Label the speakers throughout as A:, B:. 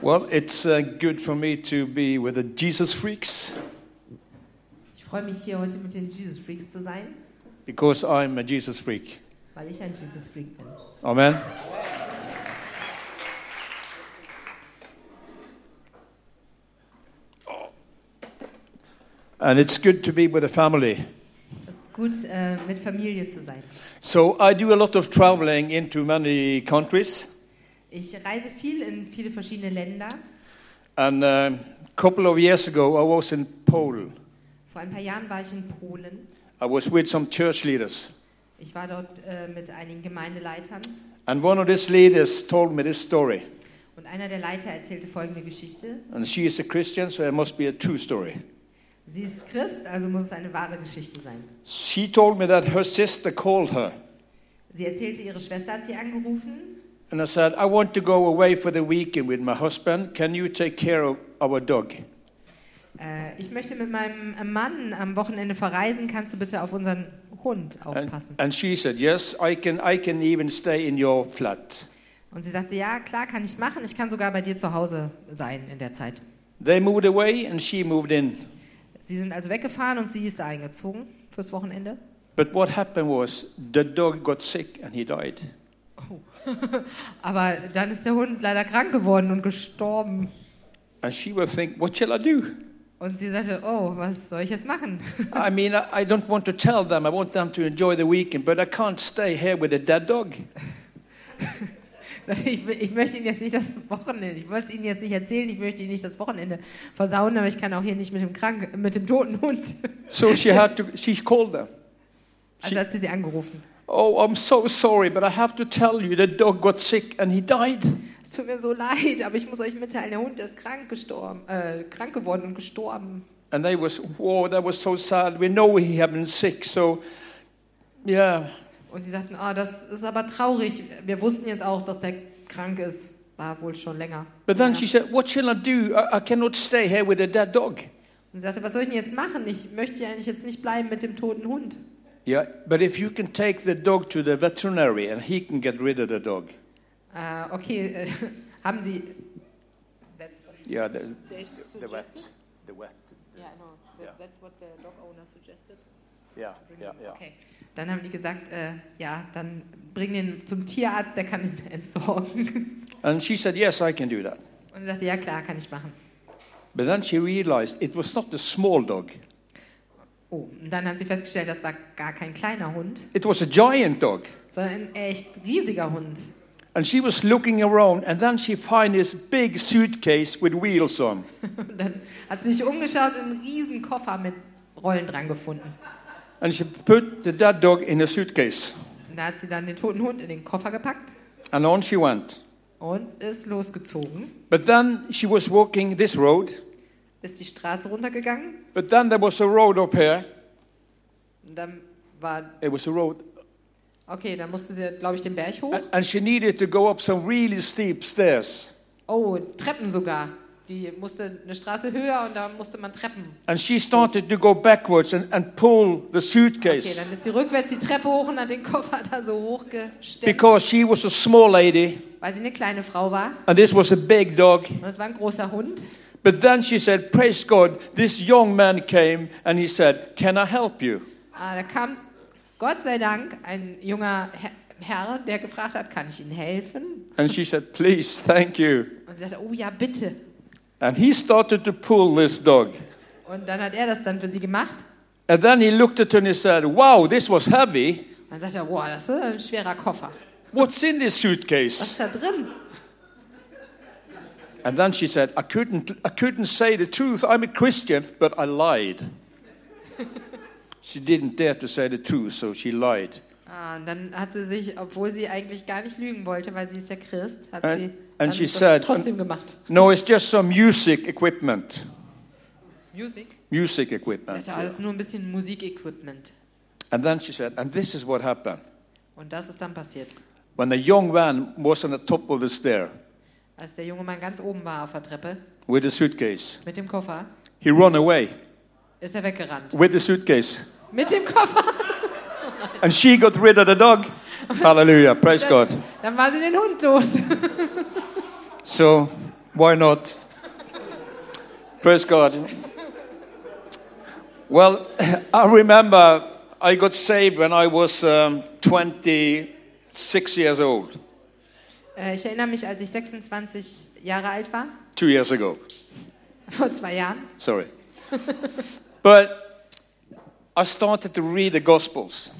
A: Well, it's uh, good for me to be with the Jesus freaks
B: Ich freue mich hier heute mit den Jesus Freaks zu sein,
A: because I'm a Jesus freak.
B: weil ich ein Jesus Freak bin.
A: Amen. Oh. And it's good to be with the family.
B: Es ist gut, äh, mit Familie zu sein.
A: So I do a lot of traveling into many countries,
B: Ich reise viel in viele verschiedene Länder.
A: and um, a couple of years ago I was in Poland.
B: Vor ein paar Jahren war ich in Polen.
A: I was with some church leaders,
B: Ich war dort äh, mit einigen Gemeindeleitern
A: and one of these leaders told me this story.
B: und einer der Leiter erzählte folgende Geschichte.
A: And she is a Christian, so it must be a true story.
B: Sie ist Christ, also muss es eine wahre Geschichte sein.
A: She told me that her sister called her,
B: Sie erzählte, ihre Schwester hat sie angerufen
A: and I said, I want to go away for the weekend with my husband. Can you take care of our dog?
B: Äh, ich möchte mit meinem Mann am Wochenende verreisen. Kannst du bitte auf unseren Hund
A: And,
B: aufpassen?
A: and she said, Yes, I can, I can even stay in your flat.
B: Und sie sagte, ja, klar, kann ich machen. Ich kann sogar bei dir zu Hause sein in der Zeit.
A: They moved away, and she moved in.
B: Sie sind also weggefahren und sie ist eingezogen fürs Wochenende.
A: But what happened was the dog got sick and he died.
B: Aber dann ist der Hund leider krank geworden und gestorben.
A: And she was thinking, What shall I do?
B: Und sie sagte, oh, was soll ich jetzt machen?
A: I mean, I, I don't want to tell them. I want them to enjoy the weekend, but I can't stay here with a dead dog.
B: Sagte, Ich, will- ich möchte Ihnen jetzt nicht das Wochenende, ich wollte es Ihnen jetzt nicht erzählen, ich möchte Ihnen nicht das Wochenende versauen, aber ich kann auch hier nicht mit dem, krank, mit dem toten Hund.
A: So she had to, she called them.
B: Also hat sie sie angerufen.
A: Oh, I'm so sorry, but I have to tell you, the dog got sick and he died.
B: Es tut mir so leid, aber ich muss euch mitteilen, der Hund ist krank, gestorben, äh, krank geworden und gestorben.
A: And they was, whoa, that was so sad. We know he had been sick, so yeah.
B: Und sie sagten, ah, das ist aber traurig. Wir wussten jetzt auch, dass der krank ist. War wohl schon länger.
A: But then
B: Ja.
A: she said, what shall I do? I, I cannot stay here with a dead dog.
B: Und sie sagte, was soll ich denn jetzt machen? Ich möchte ja eigentlich jetzt nicht bleiben mit dem toten Hund.
A: Yeah, but if you can take the dog to the veterinary and he can get rid of the dog.
B: Äh, okay, äh, haben Sie...
A: Yeah, the, the vet. The vet. Yeah. Yeah, yeah, yeah.
B: Okay. Dann haben die gesagt, äh, ja, dann bring den zum Tierarzt, der kann ihn entsorgen.
A: And she said, yes, I can do that.
B: Und sie sagte, ja klar, kann ich machen.
A: But then she realized it was not a small dog.
B: Oh, und dann hat sie festgestellt, das war gar kein kleiner Hund,
A: It was a giant dog.
B: sondern ein echt riesiger Hund.
A: And she was looking around, and then she find this big suitcase with wheels on.
B: Und dann hat sie sich umgeschaut und einen riesen Koffer mit Rollen dran gefunden.
A: And she put the dead dog in a suitcase,
B: Und da hat sie dann den toten Hund in den Koffer gepackt
A: and on she went.
B: und ist losgezogen.
A: But then she was walking this road,
B: Ist die Straße runtergegangen
A: but then there was a road up here.
B: und dann war,
A: It was a road,
B: okay, dann musste sie, glaube ich, den Berg hoch.
A: and, and she needed to go up some really steep stairs.
B: Oh, Treppen sogar. Die musste eine Straße höher und da musste man Treppen.
A: And she started to go backwards and, and pull the
B: Okay,
A: suitcase
B: dann ist sie rückwärts die Treppe hoch und hat den Koffer da so hochgestellt,
A: because she was a small lady
B: weil sie eine kleine Frau war
A: and this was a big dog.
B: und es war ein großer Hund.
A: But then she said, Praise God, this young man came and he said, Can I help you?
B: Ah, da kam Gott sei Dank ein junger Herr- Herr, der gefragt hat, kann ich Ihnen helfen?
A: And she said, Please, thank you.
B: Und sie sagte, oh ja, bitte.
A: And he started to pull this dog.
B: Und dann hat er das dann für sie gemacht.
A: And then he looked at her and he said, Wow, this was heavy.
B: Und dann sagte er, wow, das ist ein schwerer Koffer.
A: What's in this
B: Was
A: suitcase?
B: ist da drin?
A: And then she said, I couldn't, I couldn't say the truth. I'm a Christian, but I lied. she didn't dare to say the truth, so she lied.
B: Ah, und dann hat sie sich, obwohl sie eigentlich gar nicht lügen wollte, weil sie ist ja Christ, hat
A: And-
B: sie
A: and
B: dann
A: she
B: das
A: said-
B: trotzdem gemacht.
A: No, it's just some music equipment.
B: Music?
A: Music equipment.
B: "Ah, Das ist nur ein bisschen Musikequipment.
A: And then she said, And this is what happened.
B: Und das ist dann passiert,
A: When the young man was on the top of the stair
B: als der junge Mann ganz oben war auf der Treppe
A: with the suitcase,
B: mit dem Koffer,
A: he ran away
B: ist er weggerannt.
A: with the suitcase.
B: Mit dem Koffer!
A: And she got rid of the dog. Hallelujah. Praise God.
B: Dann war sie den Hund los.
A: So Why not? Praise God. Well, I remember I got saved when I was um, 26 years old,
B: Äh, ich erinnere mich, als ich 26 Jahre alt war,
A: two years ago,
B: vor zwei Jahren,
A: sorry. but I started to read the Gospels.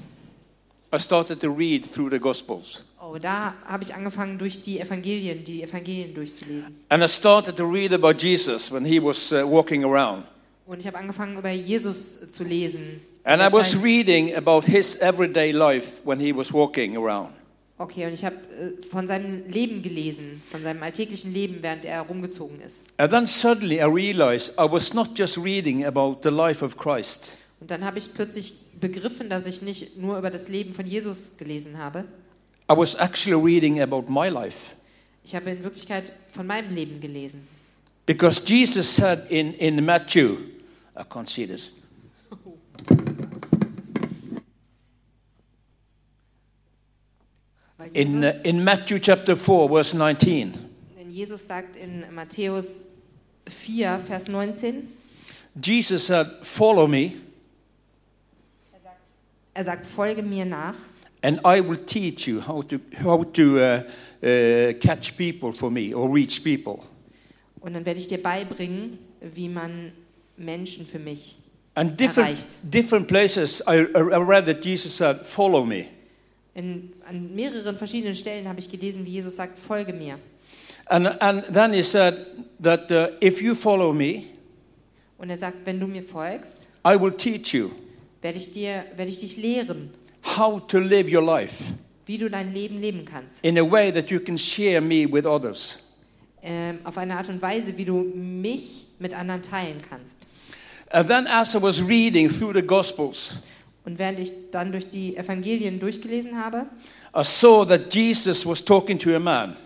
A: I started to read through the Gospels.
B: oh, da habe ich angefangen, durch die Evangelien, die Evangelien durchzulesen.
A: And I started to read about Jesus when he was uh, walking around.
B: Und ich habe angefangen, über Jesus äh, zu lesen.
A: And I
B: In der
A: was
B: Zeit-
A: reading about his everyday life when he was walking around.
B: Okay, und ich habe äh, von seinem Leben gelesen, von seinem alltäglichen Leben, während er rumgezogen ist.
A: And then suddenly I realized I was not just reading about the life of Christ,
B: Und dann habe ich plötzlich begriffen, dass ich nicht nur über das Leben von Jesus gelesen habe.
A: I was actually reading about my life.
B: Ich habe in Wirklichkeit von meinem Leben gelesen.
A: Because Jesus said in, in Matthew, I can't see this.
B: Weil Jesus,
A: In, uh, in Matthew chapter 4, verse 19,
B: denn Jesus sagt in Matthäus 4, Vers 19,
A: Jesus said, Follow me,
B: er sagt, folge mir nach
A: and I will teach you how to, how to uh, uh, catch people for me or reach people.
B: und dann werde ich dir beibringen, wie man Menschen für mich.
A: And different,
B: Erreicht.
A: different places, I, I read that Jesus said, Follow me.
B: In, an mehreren verschiedenen Stellen habe ich gelesen, wie Jesus sagt, folge mir.
A: And, and then he said that uh, if you follow me,
B: Und er sagt, wenn du mir folgst,
A: I will teach you
B: werde ich, dir, werde ich dich lehren,
A: how to live your life
B: wie du dein Leben leben kannst.
A: in a way that you can share me with others.
B: Ähm, auf eine Art und Weise, wie du mich mit anderen teilen kannst.
A: And then, as I was reading through the Gospels,
B: Und während ich dann durch die Evangelien durchgelesen habe,
A: I saw that Jesus was talking to a man,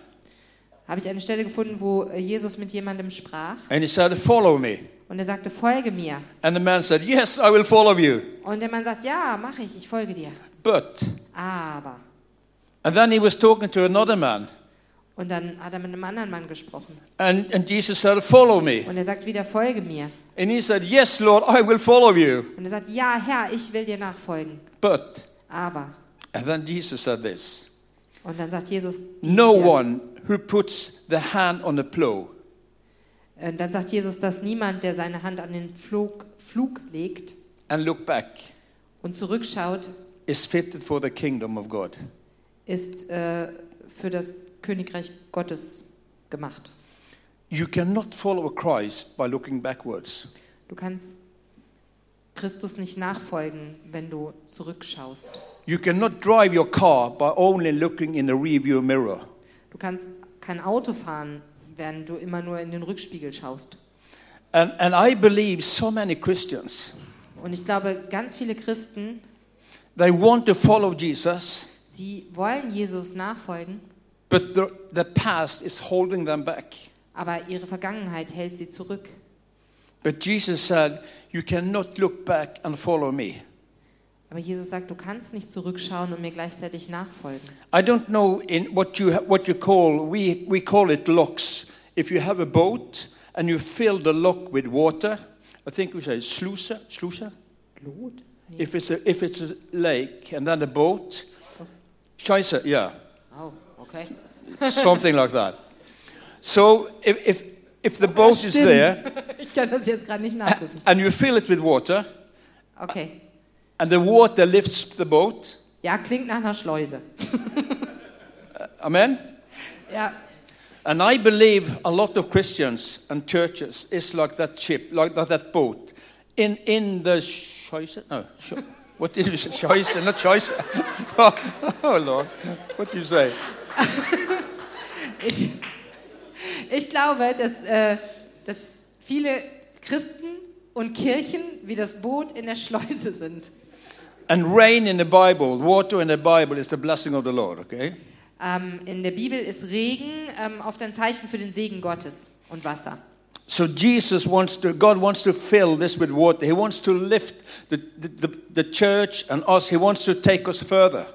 B: habe ich eine Stelle gefunden, wo äh, Jesus mit jemandem sprach
A: and he said, Follow me.
B: und er sagte, folge mir.
A: And the man said, Yes, I will follow you.
B: Und der Mann sagt, ja, mache ich, ich folge dir.
A: But,
B: Aber.
A: and then he was talking to another man,
B: Und dann hat er mit einem anderen Mann gesprochen.
A: and, and Jesus said, Follow me.
B: Und er sagt wieder, folge mir.
A: And he said, Yes, Lord, I will follow you.
B: Und er sagt, ja, Herr, ich will dir nachfolgen.
A: But,
B: Aber.
A: and then Jesus said this.
B: Und dann sagt Jesus,
A: No
B: Ja.
A: one who puts the hand on the plow
B: äh, dann sagt Jesus, dass niemand, der seine Hand an den Flug, Flug legt
A: and look back
B: und zurückschaut,
A: is fitted for the kingdom of God.
B: ist äh, für das Königreich Gottes gemacht.
A: You cannot follow Christ by looking backwards.
B: Du kannst Christus nicht nachfolgen, wenn du zurückschaust.
A: You cannot drive your car by only looking in the rearview mirror.
B: Du kannst kein Auto fahren, wenn du immer nur in den Rückspiegel schaust.
A: And, and I believe so many Christians,
B: Und ich glaube, ganz viele Christen,
A: they want to follow Jesus,
B: sie wollen Jesus nachfolgen,
A: but the, the past is holding them back.
B: aber ihre Vergangenheit hält sie zurück.
A: But Jesus said, You cannot look back and follow me.
B: Aber Jesus sagt, du kannst nicht zurückschauen und mir gleichzeitig nachfolgen.
A: I don't know in what you what you call we we call it locks. If you have a boat and you fill the lock with water, I think we say sluice, sluice.
B: Lot? Nee.
A: If it's a if it's a lake and then a boat, scheisse, yeah,
B: Oh, okay.
A: something like that. So if if if the boat is
B: Stimmt.
A: there
B: Ich kann das jetzt gerade nicht nachprüfen.
A: and you fill it with water
B: Okay.
A: and the water lifts the boat,
B: Ja, klingt nach einer Schleuse.
A: amen.
B: Ja,
A: And I believe a lot of Christians and churches is like that ship, like that, that boat. In, in the Scheisse? No. Sch- What did you say? Scheisse, not Scheisse. oh, Lord. What do you say?
B: ich, ich glaube, dass, äh, dass viele Christen und Kirchen wie das Boot in der Schleuse sind.
A: And rain in the Bible, water in the Bible is the blessing of the Lord, okay?
B: Ähm, in der Bibel ist Regen ähm, oft ein Zeichen für den Segen Gottes und Wasser.
A: So Jesus wants to, God wants to fill this with water. He wants to lift the, the, the, the church and us. He wants to take us further.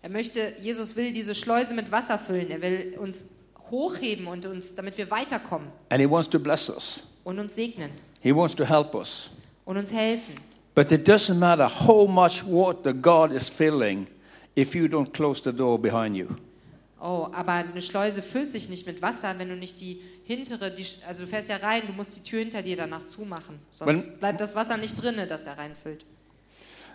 B: Er möchte, Jesus will diese Schleuse mit Wasser füllen. Er will uns hochheben und uns, damit wir weiterkommen
A: And He wants to bless us,
B: und uns segnen
A: He wants to help us.
B: und uns helfen.
A: But it doesn't matter how much water God is filling if you don't close the door behind you.
B: Oh, aber eine Schleuse füllt sich nicht mit Wasser, wenn du nicht die hintere, die, Sch- also du fährst ja rein, du musst die Tür hinter dir danach zumachen. Sonst
A: Wenn-
B: bleibt das Wasser nicht drinne, das er reinfüllt.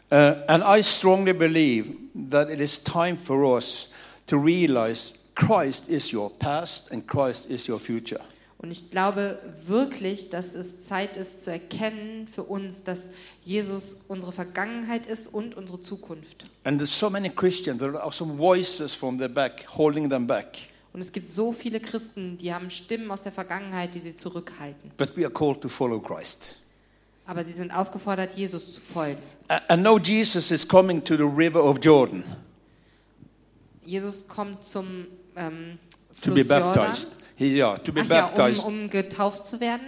A: Uh, and I strongly believe that it is time for us to realize Christ is your past and Christ is your future.
B: Und ich glaube wirklich, dass es Zeit ist zu erkennen für uns, dass Jesus unsere Vergangenheit ist und unsere Zukunft.
A: And there's so many Christians, there are some voices from the back holding them back.
B: Und es gibt so viele Christen, die haben Stimmen aus der Vergangenheit, die sie zurückhalten.
A: But we are called to follow Christ.
B: Aber sie sind aufgefordert, Jesus zu folgen.
A: A- And now Jesus is coming to the river of Jordan
B: Jesus kommt zum ähm,
A: to
B: Fluss
A: be
B: Jordan.
A: baptized. He, yeah, to be
B: Ach
A: baptized.
B: ja, um, um getauft zu werden.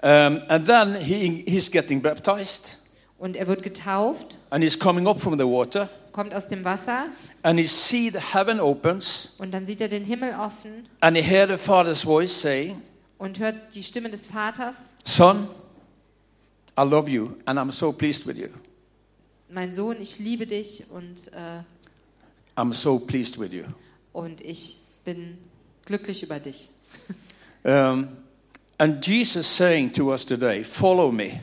A: Um, and then he, he's getting baptized
B: Und er wird getauft,
A: and he's coming up from the water
B: kommt aus dem Wasser
A: and he see the heaven opens
B: und dann sieht er den Himmel offen
A: and he hear the father's voice saying,
B: und hört die Stimme des Vaters.
A: Son, I love you and I'm so pleased with you.
B: Mein Sohn, ich liebe dich und, äh,
A: I'm so pleased with you.
B: und ich bin glücklich über dich.
A: Um, and Jesus saying to us today, follow me.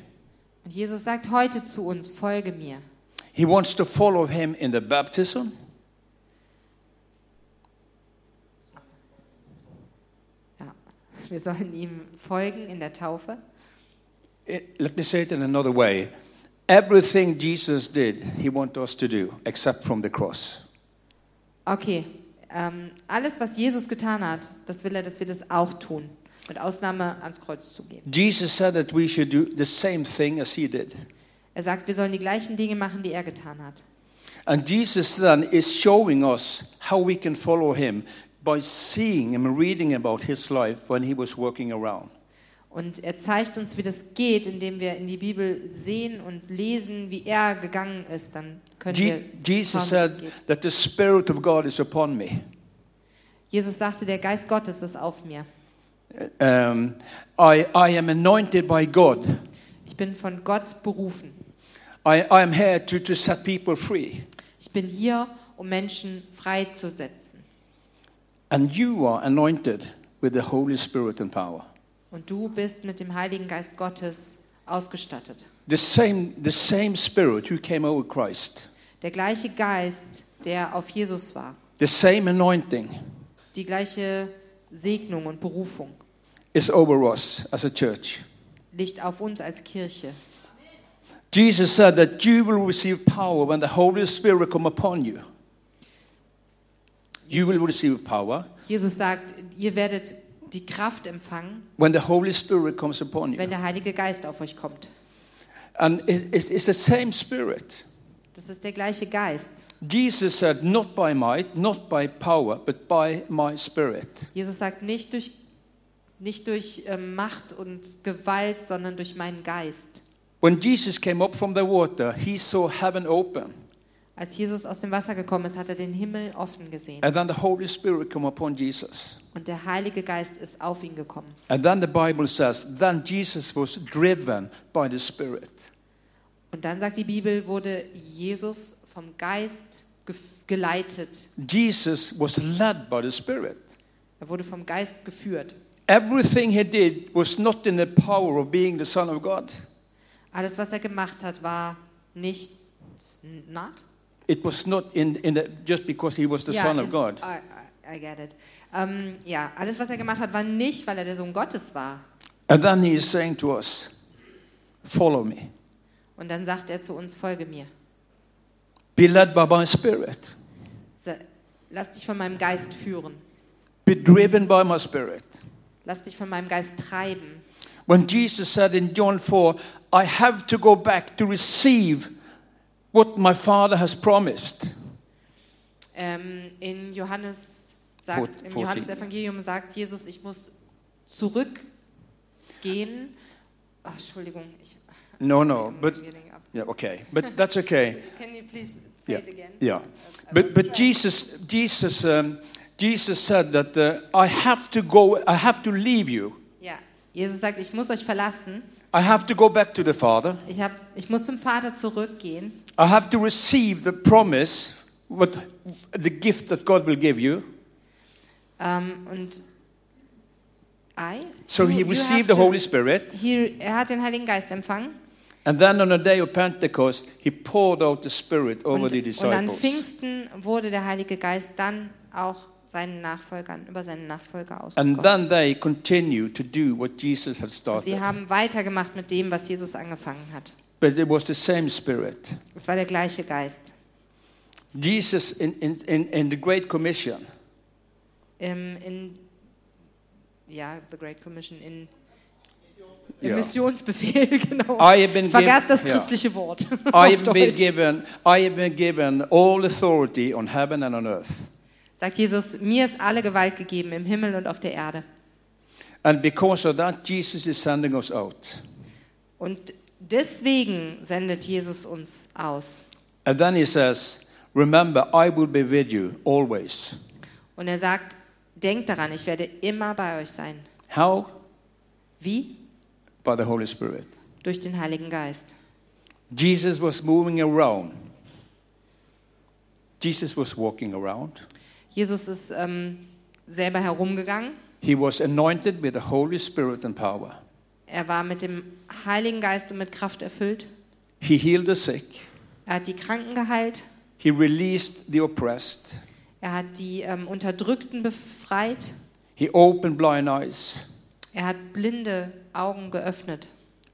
B: Und Jesus sagt heute zu uns, folge mir.
A: He wants to follow him in the baptism.
B: Ja, wir sollen ihm folgen in der Taufe.
A: It- Eh, let me say it in another way. Everything Jesus did, he wants us to do, except from the cross.
B: Okay, ähm, alles, was Jesus getan hat, das will er, dass wir das auch tun. Mit Ausnahme ans Kreuz zu gehen.
A: Jesus said that we should do the same thing as he did.
B: Er sagt, wir sollen die gleichen Dinge machen, die er getan hat.
A: And Jesus then is showing us how we can follow him by seeing him and reading about his life when he was walking around.
B: Und er zeigt uns, wie das geht, indem wir in die Bibel sehen und lesen, wie er gegangen ist. Dann können
A: Je-
B: wir
A: Jesus
B: schauen, wie das
A: said
B: geht.
A: that the Spirit of God is upon me.
B: Jesus sagte, der Geist Gottes ist auf mir.
A: Um, I, I am anointed by God.
B: Ich bin von Gott berufen.
A: I, I am here to, to set people free.
B: Ich bin hier, um Menschen freizusetzen.
A: And you are anointed with the Holy Spirit and power.
B: Und du bist mit dem Heiligen Geist Gottes ausgestattet.
A: The same, the same Spirit who came over Christ,
B: Der gleiche Geist, der auf Jesus war.
A: the same anointing
B: Die gleiche Segnung und Berufung
A: is over us as a church.
B: liegt auf uns als Kirche.
A: Jesus said that you will receive power when the Holy Spirit will come upon you. You will receive power
B: Jesus sagt, ihr werdet die Kraft empfangen,
A: when the Holy Spirit comes upon
B: wenn
A: you.
B: der Heilige Geist auf euch kommt.
A: And it- it's it's the same Spirit.
B: Das ist der gleiche Geist.
A: Jesus said, Not by might, not by power, but by my Spirit.
B: Jesus sagt, nicht durch, nicht durch ähm, Macht und Gewalt, sondern durch meinen Geist.
A: When Jesus came up from the water, he saw heaven open,
B: Als Jesus aus dem Wasser gekommen ist, hat er den Himmel offen gesehen.
A: and then the Holy Spirit come upon Jesus.
B: Und der Heilige Geist ist auf ihn gekommen.
A: And then the Bible says, Then Jesus was driven by the Spirit.
B: Und dann sagt die Bibel, wurde Jesus vom Geist gef- geleitet.
A: Jesus was led by the Spirit.
B: Er wurde vom Geist geführt.
A: Everything he did was not in the power of being the Son of God.
B: Alles, was er gemacht hat, war nicht not?
A: It was not in, in the, just because he was the
B: Ja,
A: Son of
B: in-
A: God.
B: I, I, I get it. Ähm, ja, alles, was er gemacht hat, war nicht, weil er der Sohn Gottes war.
A: And then he is saying to us, Follow me.
B: Und dann sagt er zu uns, folge mir.
A: Be led by my Spirit.
B: Se- Lass dich von meinem Geist führen.
A: Be driven by my Spirit.
B: Lass dich von meinem Geist treiben.
A: When Jesus said in John 4, I have to go back to receive what my Father has promised.
B: Ähm, in Johannes sagt,
A: Fort-
B: im
A: 14.
B: Johannesevangelium sagt Jesus, ich muss zurückgehen. Ach, Entschuldigung, ich
A: No, no, Oh, but
B: getting up.
A: yeah, okay, but that's okay.
B: Can you please say
A: Yeah,
B: it again?
A: yeah.
B: I was
A: But but
B: trying.
A: Jesus Jesus um, Jesus said that uh, I have to go, I have to leave you.
B: Ja, Jesus sagt, ich muss euch verlassen.
A: I have to go back to the Father.
B: Ich, hab, ich muss zum Vater zurückgehen.
A: I have to receive the promise, what, the gift that God will give you.
B: Ähm, und I?
A: So
B: You-
A: he
B: you have
A: received the
B: to-
A: Holy Spirit.
B: He, er hat den Heiligen Geist empfangen.
A: And then on the day of Pentecost, he poured out the Spirit over
B: Und,
A: the
B: und an
A: disciples.
B: Pfingsten wurde der Heilige Geist dann auch seinen Nachfolgern, über seine Nachfolger
A: And
B: ausgegossen.
A: then they continued to do what Jesus had
B: Sie
A: started.
B: haben weitergemacht mit dem, was Jesus angefangen hat.
A: But it was the same Spirit.
B: Es war der gleiche Geist.
A: Jesus, in, in, in, in the Great Commission,
B: Im, Ähm, in, ja, The Great Commission, in, im
A: yeah,
B: Missionsbefehl, genau.
A: I have been
B: Ich vergaß
A: giv-
B: das
A: ja.
B: christliche Wort.
A: I
B: auf
A: have been
B: Deutsch.
A: given, I have been given all authority on heaven and on earth.
B: Sagt Jesus, mir ist alle Gewalt gegeben, im Himmel und auf der Erde.
A: And because of that, Jesus is sending us out.
B: Und deswegen sendet Jesus uns aus.
A: And then he says, Remember, I will be with you always.
B: Und er sagt, denkt daran, ich werde immer bei euch sein.
A: How?
B: Wie?
A: By the Holy Spirit.
B: Durch den Heiligen Geist.
A: Jesus was moving around. Jesus was walking around.
B: Jesus ist ähm, selber herumgegangen.
A: He was anointed with the Holy Spirit and power.
B: Er war mit dem Heiligen Geist und mit Kraft erfüllt.
A: He healed the sick.
B: Er hat die Kranken geheilt.
A: He released the oppressed.
B: Er hat die ähm, Unterdrückten befreit.
A: He opened blind eyes.
B: Er hat blinde Augen geöffnet.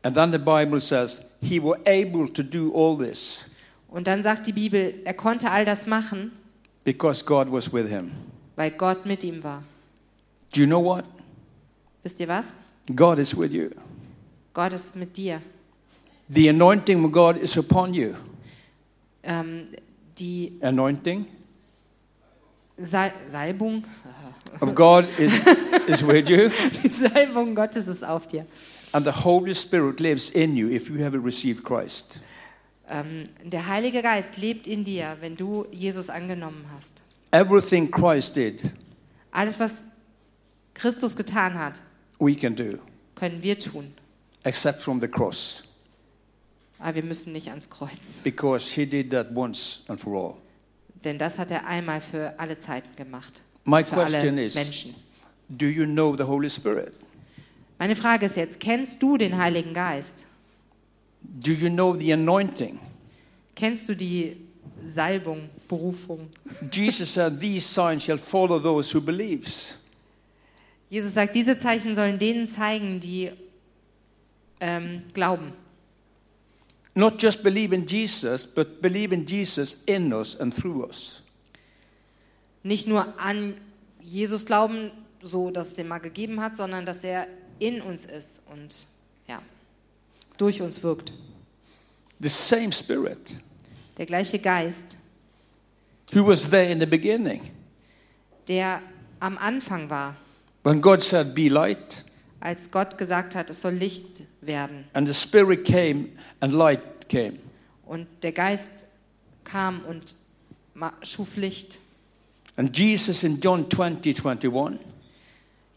A: And then the Bible says, He was able to do all this
B: Und dann sagt die Bibel, er konnte all das machen,
A: because God was with him.
B: weil Gott mit ihm war.
A: Do you know what?
B: Wisst ihr was?
A: God is with you.
B: Gott ist mit dir.
A: The anointing of God is upon you.
B: Ähm, die
A: Anointing
B: Sa Salbung,
A: of God is, is with you.
B: die Salbung Gottes ist auf dir.
A: And the Holy Spirit lives in you if you have received Christ.
B: Ähm, der Heilige Geist lebt in dir, wenn du Jesus angenommen hast.
A: Everything Christ did,
B: Alles, was Christus getan hat,
A: we can do,
B: können wir tun.
A: except from the cross,
B: Aber wir müssen nicht ans Kreuz.
A: because He did that once and for all.
B: Denn das hat er einmal für alle Zeiten gemacht.
A: My
B: Für alle
A: question is
B: Menschen.
A: Do you know the Holy Spirit?
B: Meine Frage ist jetzt, kennst du den Heiligen Geist?
A: Do you know the anointing?
B: Kennst du die Salbung, Berufung?
A: Jesus said, These signs shall follow those who believes.
B: Jesus sagt, diese Zeichen sollen denen zeigen, die ähm, glauben.
A: Not just believe in Jesus, but believe in Jesus in us and through us.
B: Nicht nur an Jesus glauben, so dass es den mal gegeben hat, sondern dass er in uns ist und ja, durch uns wirkt.
A: The same Spirit
B: Der gleiche Geist,
A: who was there in the beginning.
B: der am Anfang war,
A: When God said, Be light,
B: als Gott gesagt hat, es soll Licht werden.
A: and the Spirit came and light came.
B: Und der Geist kam und ma- schuf Licht.
A: And Jesus in John 20, 21,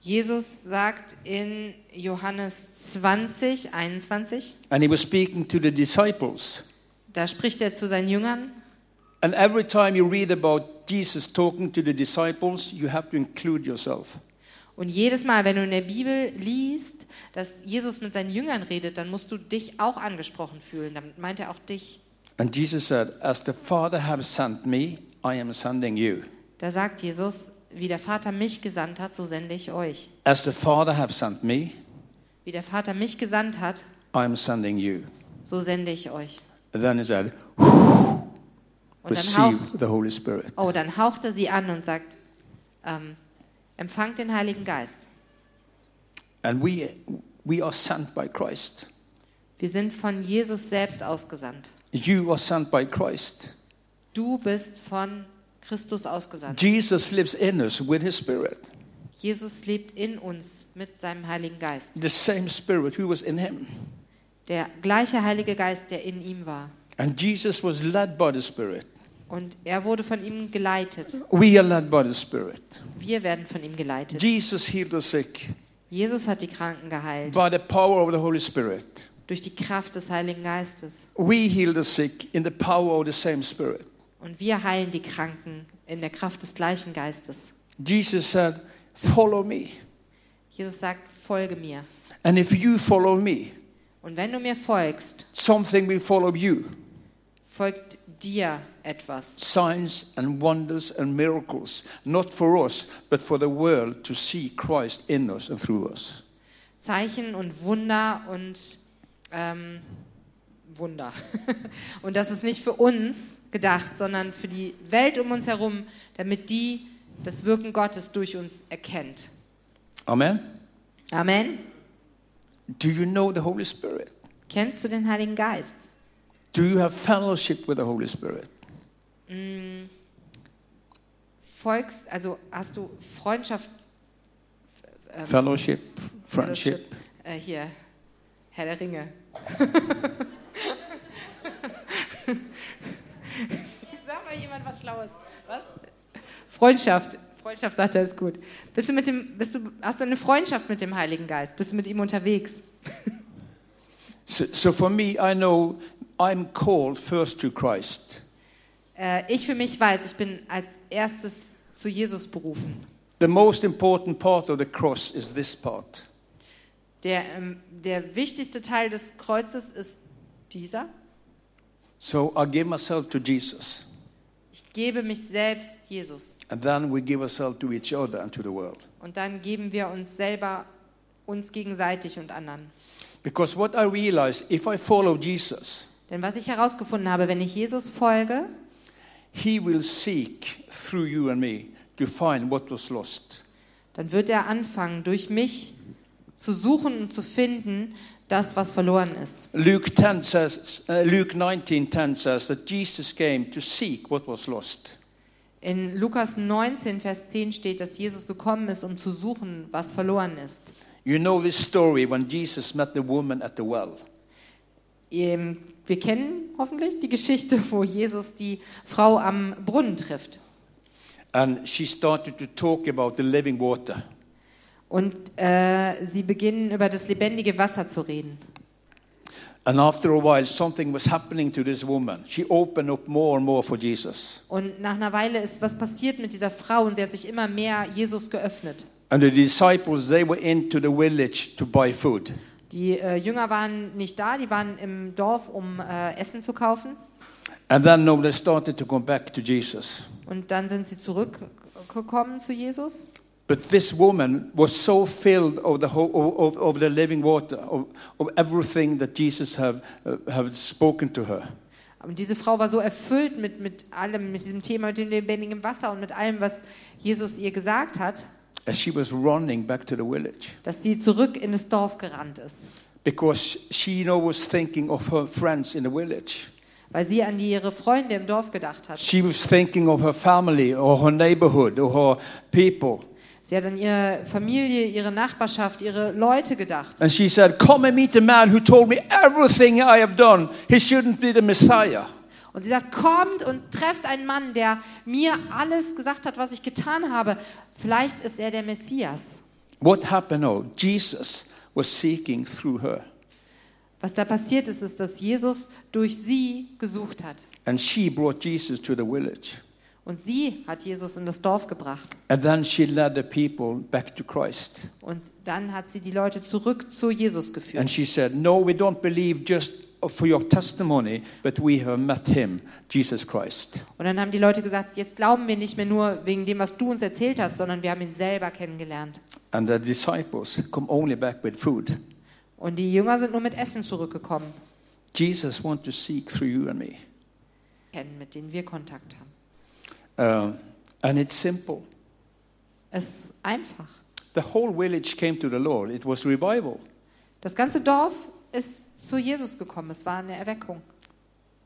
B: Jesus sagt in Johannes 20, 21,
A: and he was speaking to the disciples.
B: da spricht er zu seinen Jüngern
A: And every time you read about Jesus talking to the disciples, you have to include yourself.
B: Und jedes Mal, wenn du in der Bibel liest, dass Jesus mit seinen Jüngern redet, dann musst du dich auch angesprochen fühlen. Damit meint er auch dich.
A: And Jesus said, As the Father has sent me, I am sending you.
B: Da sagt Jesus, wie der Vater mich gesandt hat, so sende ich euch.
A: As the Father has sent me,
B: Wie der Vater mich gesandt hat,
A: I am sending you.
B: so sende ich euch.
A: And then he said,
B: Und dann, hauch,
A: Receive the Holy Spirit.
B: oh, dann haucht er sie an und sagt, ähm, empfangt den Heiligen Geist.
A: And we, we are sent by Christ.
B: Wir sind von Jesus selbst ausgesandt.
A: You are sent by Christ.
B: Du bist von Christus ausgesandt.
A: Jesus lives in us with his Spirit,
B: Jesus lebt in uns mit seinem Heiligen Geist.
A: the same Spirit who was in him.
B: Der gleiche Heilige Geist, der in ihm war.
A: And Jesus was led by the Spirit.
B: Und er wurde von ihm geleitet.
A: We are led by the Spirit.
B: Wir werden von ihm geleitet.
A: Jesus healed the sick
B: Jesus hat die Kranken geheilt.
A: by the power of the Holy Spirit.
B: Durch die Kraft des Heiligen Geistes.
A: We heal the sick in the power of the same Spirit.
B: Und wir heilen die Kranken in der Kraft des gleichen Geistes.
A: Jesus said, Follow me.
B: Jesus sagt, folge mir.
A: And if you follow me,
B: Und wenn du mir folgst,
A: something will follow you
B: folgt dir etwas.
A: signs and wonders and miracles, not for us, but for the world to see Christ in us and through us.
B: Zeichen und Wunder und ähm, Wunder. und das ist nicht für uns gedacht, sondern für die Welt um uns herum, damit die das Wirken Gottes durch uns erkennt.
A: Amen.
B: Amen.
A: Do you know the Holy Spirit?
B: Kennst du den Heiligen Geist?
A: Do you have fellowship with the Holy Spirit?
B: Folgst, also hast du Freundschaft, Ähm,
A: Fellowship, friendship.
B: Äh, hier, Herr der Ringe. Jetzt sag mal jemand was Schlaues. Was? Freundschaft. Freundschaft sagt er ist gut. Bist du mit dem, bist du, hast du eine Freundschaft mit dem Heiligen Geist? Bist du mit ihm unterwegs?
A: So, so for me, I know I'm called first to Christ.
B: Äh, ich für mich weiß, ich bin als erstes zu Jesus berufen.
A: The most important part of the cross is this part.
B: Der, ähm, der wichtigste Teil des Kreuzes ist dieser.
A: So I give myself to Jesus,
B: Ich gebe mich selbst Jesus.
A: and then we give ourselves to each other and to the world.
B: Und dann geben wir uns selber uns gegenseitig und anderen.
A: Because what I realize, if I follow Jesus,
B: Denn was ich herausgefunden habe, wenn ich Jesus folge,
A: He will seek through you and me to find what was lost.
B: dann wird er anfangen, durch mich zu suchen und zu finden, das, was verloren ist.
A: Luke 10 says, uh, Luke 19:10 says that Jesus came to seek what was lost.
B: In Lukas 19, Vers 10 steht, dass Jesus gekommen ist, um zu suchen, was verloren ist.
A: You know this story when Jesus met the woman at the well.
B: Ähm, Wir kennen hoffentlich die Geschichte, wo Jesus die Frau am Brunnen trifft.
A: And she started to talk about the living water.
B: Und äh, sie beginnen über das lebendige Wasser zu reden.
A: And after a while, something was happening to this woman. She opened up more and more for Jesus.
B: Und nach einer Weile ist was passiert mit dieser Frau und sie hat sich immer mehr Jesus geöffnet.
A: And the disciples, they were into the village to buy food.
B: Die äh, Jünger waren nicht da, die waren im Dorf, um äh, Essen zu kaufen.
A: And then now they started to come back to Jesus.
B: Und dann sind sie zurückgekommen zu Jesus.
A: But this woman was so filled of the, whole, of, of the living water, of, of everything that Jesus have, uh, have spoken to her.
B: Und diese Frau war so erfüllt mit, mit allem, mit diesem Thema, mit dem lebendigen Wasser und mit allem, was Jesus ihr gesagt hat,
A: And she was running back to the village
B: dass sie zurück in das Dorf gerannt ist.
A: because she now was thinking of her friends in the village.
B: Weil sie an die, ihre Freunde im Dorf gedacht hat.
A: She was thinking of her family or her neighborhood or her people.
B: Sie hat an ihre Familie, ihre Nachbarschaft, ihre Leute gedacht.
A: And she said, Come and meet the man who told me everything I have done. He shouldn't be the Messiah.
B: Und sie sagt, kommt und trefft einen Mann, der mir alles gesagt hat, was ich getan habe. Vielleicht ist er der Messias.
A: What happened now? Jesus was seeking through her.
B: Was da passiert ist, ist, dass Jesus durch sie gesucht hat.
A: And she brought Jesus to the village.
B: Und sie hat Jesus in das Dorf gebracht.
A: And then she led the people back to Christ.
B: Und dann hat sie die Leute zurück zu Jesus
A: And
B: geführt.
A: she said, No, we don't believe just for your testimony, but we have met him, Jesus Christ.
B: Und dann haben die Leute gesagt, jetzt glauben wir nicht mehr nur wegen dem, was du uns erzählt hast, sondern wir haben ihn selber kennengelernt.
A: And the disciples come only back with food.
B: Und die Jünger sind nur mit Essen zurückgekommen,
A: Jesus wants to seek through you and me.
B: kennen, mit denen wir Kontakt haben.
A: Um, and it's simple.
B: Es ist einfach.
A: The whole village came to the Lord. It was revival.
B: Das ganze Dorf ist zu Jesus gekommen. Es war eine Erweckung.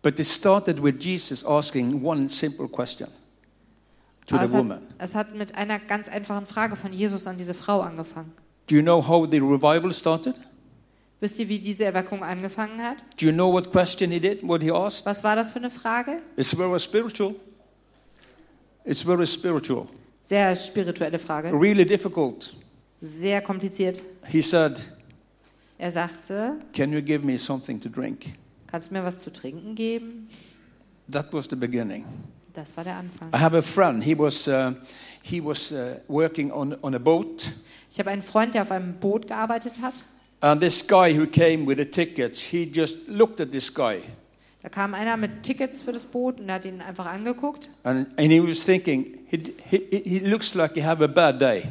A: But it started with Jesus asking one simple question to the
B: Aber es, hat,
A: woman
B: es hat mit einer ganz einfachen Frage von Jesus an diese Frau angefangen.
A: Do you know how the revival started?
B: Wisst ihr, wie diese Erweckung angefangen hat?
A: Do you know what question he did, what he asked?
B: Was war das für eine Frage?
A: It's very spiritual. It's very spiritual,
B: Sehr spirituelle Frage.
A: really difficult.
B: Sehr kompliziert.
A: He said,
B: Er sagte,
A: Can you give me something to drink?
B: kannst du mir was zu trinken geben?
A: That was the beginning.
B: Das war der Anfang.
A: I have a friend. He was, uh, he was uh, working on, on a boat.
B: Ich habe einen Freund, der auf einem Boot gearbeitet hat.
A: And this guy who came with the tickets, he just looked at this guy.
B: Da kam einer mit Tickets für das Boot und hat ihn einfach angeguckt.
A: And, and he was thinking, he, he, he looks like he have a bad day.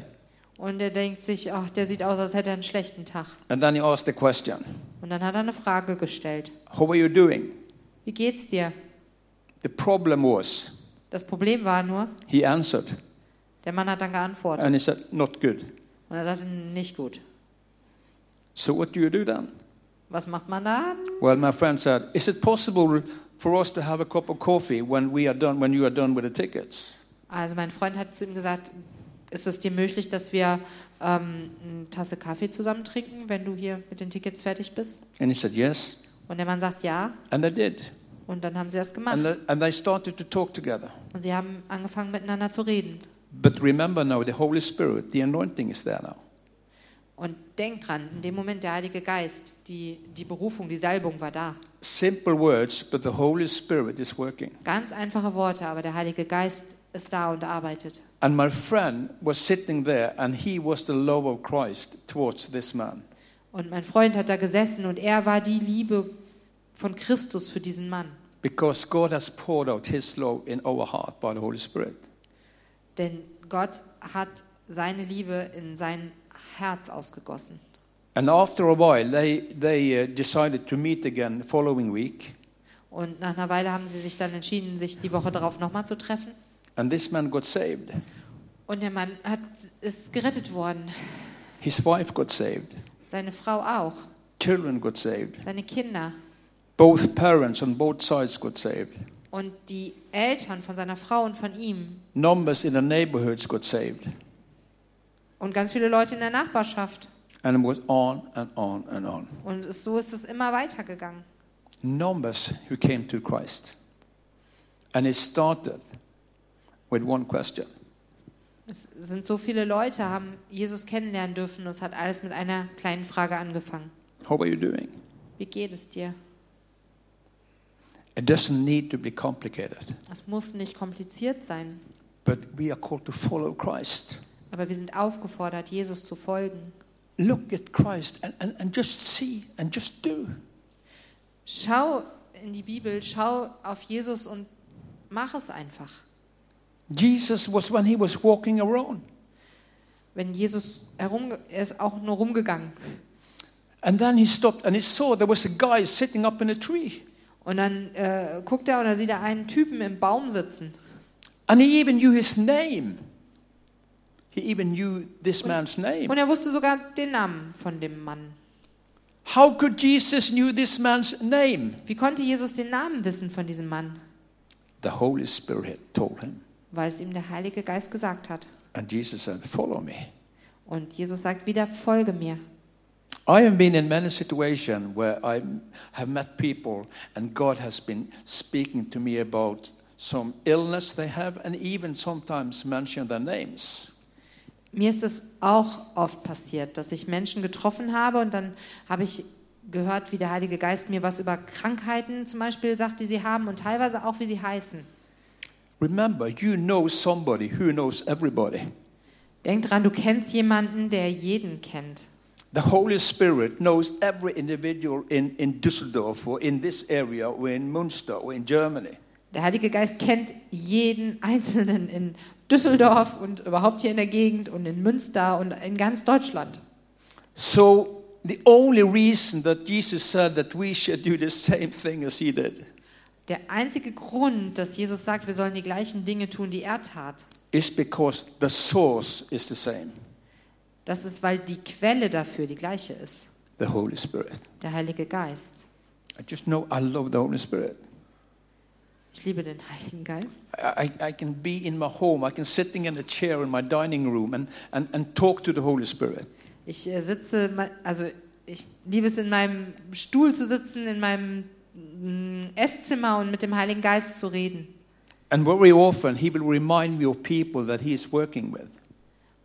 B: Und er denkt sich, ach, der sieht aus, als hätte er einen schlechten Tag.
A: And then he asked the question,
B: Und dann hat er eine Frage gestellt.
A: how are you doing?
B: Wie geht's dir?
A: The problem was,
B: Das Problem war nur,
A: he answered,
B: der Mann hat dann geantwortet.
A: and he said, not good.
B: Und er sagte, nicht gut.
A: So what do you do then?
B: Was macht man da?
A: Well, my friend said, is it possible for us to have a cup of coffee when we are done, when you are done with the tickets?
B: Also mein Freund hat zu ihm gesagt, ist es dir möglich, dass wir ähm, eine Tasse Kaffee zusammen trinken, wenn du hier mit den Tickets fertig bist?
A: And he said, yes.
B: Und der Mann sagt ja.
A: And they did.
B: Und dann haben sie das
A: And
B: gemacht.
A: they, and they started to talk together.
B: Und sie haben angefangen miteinander zu reden.
A: But remember now, the Holy Spirit, the anointing is there now.
B: Und denk dran, in dem Moment der Heilige Geist, die, die Berufung, die Salbung war da.
A: Simple words, but the Holy Spirit is working.
B: Ganz einfache Worte, aber der Heilige Geist ist da und arbeitet.
A: And my friend was sitting there, and he was the love of Christ towards this man.
B: Und mein Freund hat da gesessen und er war die Liebe von Christus für diesen Mann.
A: Because God has poured out his love in our heart by the Holy Spirit.
B: Denn Gott hat seine Liebe in sein Herz ausgegossen.
A: And after a while, they, they uh, decided to meet again the following week.
B: Und nach einer Weile haben sie sich dann entschieden, sich die Woche darauf nochmal zu treffen.
A: And this man got saved.
B: Und der Mann hat, ist gerettet worden.
A: His wife got saved.
B: Seine Frau auch.
A: Children got saved.
B: Seine Kinder.
A: Both parents on both sides got saved.
B: Und die Eltern von seiner Frau und von ihm.
A: Numbers in the neighborhoods got saved.
B: Und ganz viele Leute in der Nachbarschaft.
A: And it was on and on and on.
B: Und es- so ist es immer weitergegangen.
A: Numbers who came to Christ. And it started with one question
B: Es sind so viele Leute, haben Jesus kennenlernen dürfen. Und es hat alles mit einer kleinen Frage angefangen.
A: How are you doing?
B: Wie geht es dir?
A: It doesn't need to be complicated,
B: Es muss nicht kompliziert sein.
A: but we are called to follow Christ.
B: Aber wir sind aufgefordert, Jesus zu folgen.
A: Look at Christ and, and, and just see and just do.
B: Schau in die Bibel, schau auf Jesus und mach es einfach.
A: Jesus was, when he was walking around,
B: Wenn Jesus herum er ist auch nur rumgegangen.
A: and then he stopped and he saw there was a guy sitting up in a tree.
B: Und dann äh, guckt er und dann sieht er einen Typen im Baum sitzen.
A: And he even knew his name. He even knew this man's name.
B: Und er wusste sogar den Namen von dem Mann.
A: How could Jesus knew this man's name?
B: Wie konnte Jesus den Namen wissen von diesem Mann?
A: The Holy Spirit told him.
B: Weil es ihm der Heilige Geist gesagt hat.
A: And Jesus said, Follow me.
B: Und Jesus sagt wieder, folge mir.
A: I have been in many situations where I have met people and God has been speaking to me about some illness they have and even sometimes mention their names.
B: Mir ist es auch oft passiert, dass ich Menschen getroffen habe und dann habe ich gehört, wie der Heilige Geist mir was über Krankheiten zum Beispiel sagt, die sie haben und teilweise auch, wie sie heißen.
A: Remember, you know somebody who knows everybody.
B: Denk dran, du kennst jemanden, der jeden kennt.
A: The Holy Spirit knows every individual in, in Düsseldorf or in this area or in Munster or in Germany.
B: Der Heilige Geist kennt jeden Einzelnen in Düsseldorf und überhaupt hier in der Gegend und in Münster und in ganz Deutschland.
A: So the only reason that Jesus said that we should do the same thing as he did
B: Der einzige Grund, dass Jesus sagt, wir sollen die gleichen Dinge tun, die er tat,
A: is because the source is the same,
B: das ist, weil die Quelle dafür die gleiche ist,
A: the Holy Spirit.
B: der Heilige Geist.
A: I just know I love the Holy Spirit.
B: Ich liebe den Heiligen Geist.
A: I, I I can be in my home, I can sitting in a chair in my dining room and, and, and talk to the Holy Spirit.
B: Ich äh, sitze, ma- also ich liebe es, in meinem Stuhl zu sitzen, in meinem mm, Esszimmer und mit dem Heiligen Geist zu reden.
A: And very often, He will remind me of people that He is working with.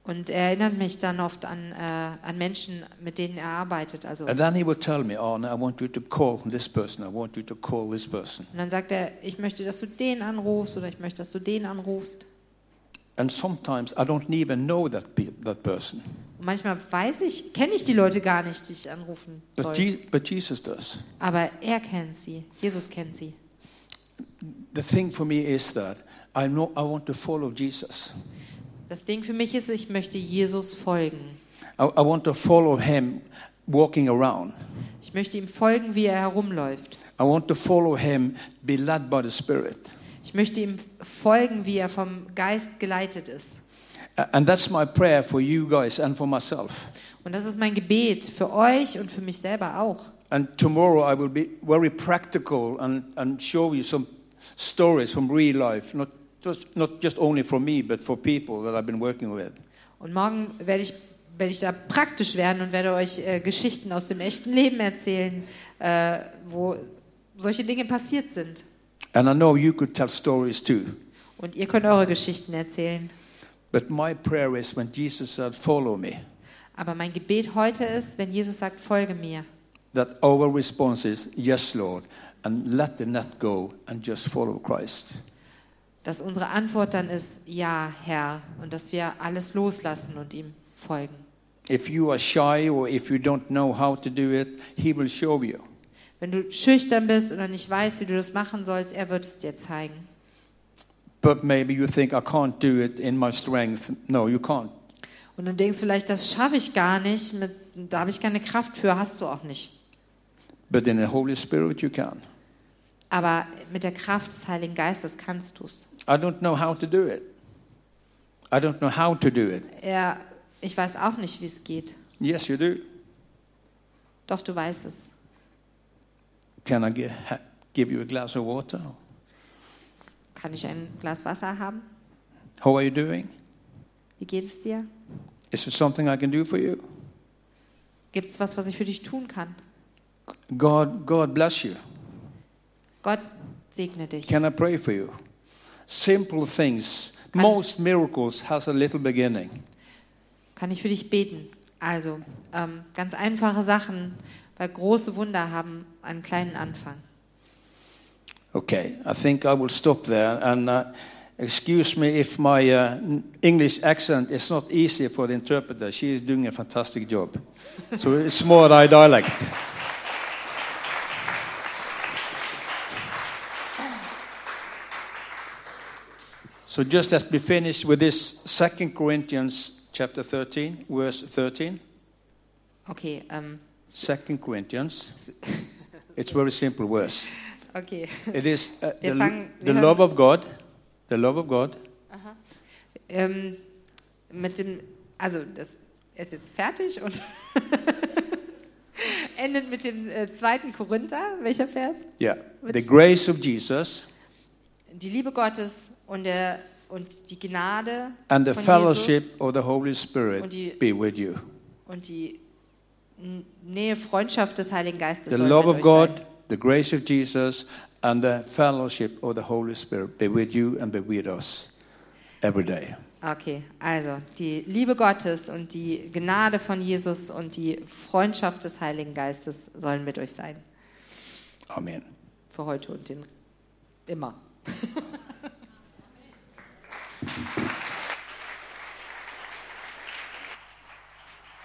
B: Und er erinnert mich dann oft an, äh, an Menschen, mit denen er arbeitet. Also,
A: And then He will tell me, Arne, I want you to call this person, I want you to call this person.
B: und dann sagt er, ich möchte, dass du den anrufst oder ich möchte, dass du den anrufst.
A: And sometimes I don't even know that, pe- that person,
B: Und manchmal weiß ich, kenne ich die Leute gar nicht, die ich anrufen
A: but,
B: soll.
A: Je- but Jesus does.
B: Aber er kennt sie. Jesus kennt sie.
A: The thing for me is that I, know I want to follow Jesus.
B: Das Ding für mich ist, ich möchte Jesus folgen.
A: I, I want to follow Him walking around.
B: Ich möchte ihm folgen, wie er herumläuft.
A: I want to follow Him, be led by the Spirit.
B: Ich möchte ihm folgen, wie er vom Geist geleitet ist.
A: A- And that's my prayer for you guys and for myself.
B: Und das ist mein Gebet für euch und für mich selber auch.
A: And tomorrow I will be very practical and, and show you some stories from real life, not just, not just only for me, but for people that I've been working with.
B: Und morgen werde ich, werde ich da praktisch werden und werde euch äh, Geschichten aus dem echten Leben erzählen, äh, wo solche Dinge passiert sind.
A: And I know you could tell stories too.
B: Und ihr könnt eure Geschichten erzählen.
A: But my prayer is when Jesus said, Follow me,
B: Aber mein Gebet heute ist, wenn Jesus sagt, folge mir,
A: that our response is, Yes, Lord, and let the net go and just follow Christ.
B: dass unsere Antwort dann ist, ja, Herr, und dass wir alles loslassen und ihm folgen.
A: If you are shy or if you don't know how to do it, He will show you.
B: Wenn du schüchtern bist oder nicht weißt, wie du das machen sollst, er wird es dir zeigen.
A: But maybe you think, I can't do it in my strength. No, you can't.
B: Und dann denkst du vielleicht, das schaffe ich gar nicht, mit, da habe ich keine Kraft für, hast du auch nicht.
A: But in the Holy Spirit, you can.
B: Aber mit der Kraft des Heiligen Geistes kannst du es.
A: I don't know how to do it. I don't know how to do it.
B: Ja, ich weiß auch nicht, wie es geht.
A: Yes, you do.
B: Doch du weißt es.
A: Can I gi- ha- give you a glass of water?
B: Kann ich ein Glas Wasser haben?
A: How are you doing?
B: Wie geht es dir?
A: Is there something I can do for you?
B: Gibt es was, was ich für dich tun kann?
A: God, God bless you.
B: Gott segne dich.
A: Can I pray for you? Simple things. Most miracles has a little beginning.
B: Kann ich für dich beten? Also, ähm, ganz einfache Sachen, weil große Wunder haben einen kleinen Anfang.
A: Okay, I think I will stop there. And uh, excuse me if my uh, English accent is not easy for the interpreter. She is doing a fantastic job. So it's more thy dialect. So just let's be finished with this Second Corinthians chapter 13, verse 13.
B: Okay, ähm,
A: Second Corinthians. It's very simple verse.
B: okay.
A: It is uh,
B: Wir
A: the,
B: fangen-
A: the
B: wir
A: love of God, the love of God,
B: Ähm, mit dem, also das ist jetzt fertig und endet mit dem äh, zweiten Korinther. Welcher Vers?
A: yeah,
B: Which-
A: the grace of Jesus
B: Die Liebe Gottes und der und die Gnade
A: and the
B: von
A: fellowship
B: Jesus
A: of the Holy
B: Und
A: Spirit
B: die-
A: be with you.
B: und die N- Nähe, Freundschaft des Heiligen Geistes.
A: The
B: soll
A: love of
B: mit euch
A: God,
B: sein.
A: the grace of Jesus, and the fellowship of the Holy Spirit be with you and be with us every day.
B: Okay, also die Liebe Gottes und die Gnade von Jesus und die Freundschaft des Heiligen Geistes sollen mit euch sein.
A: Amen.
B: Für heute und den immer.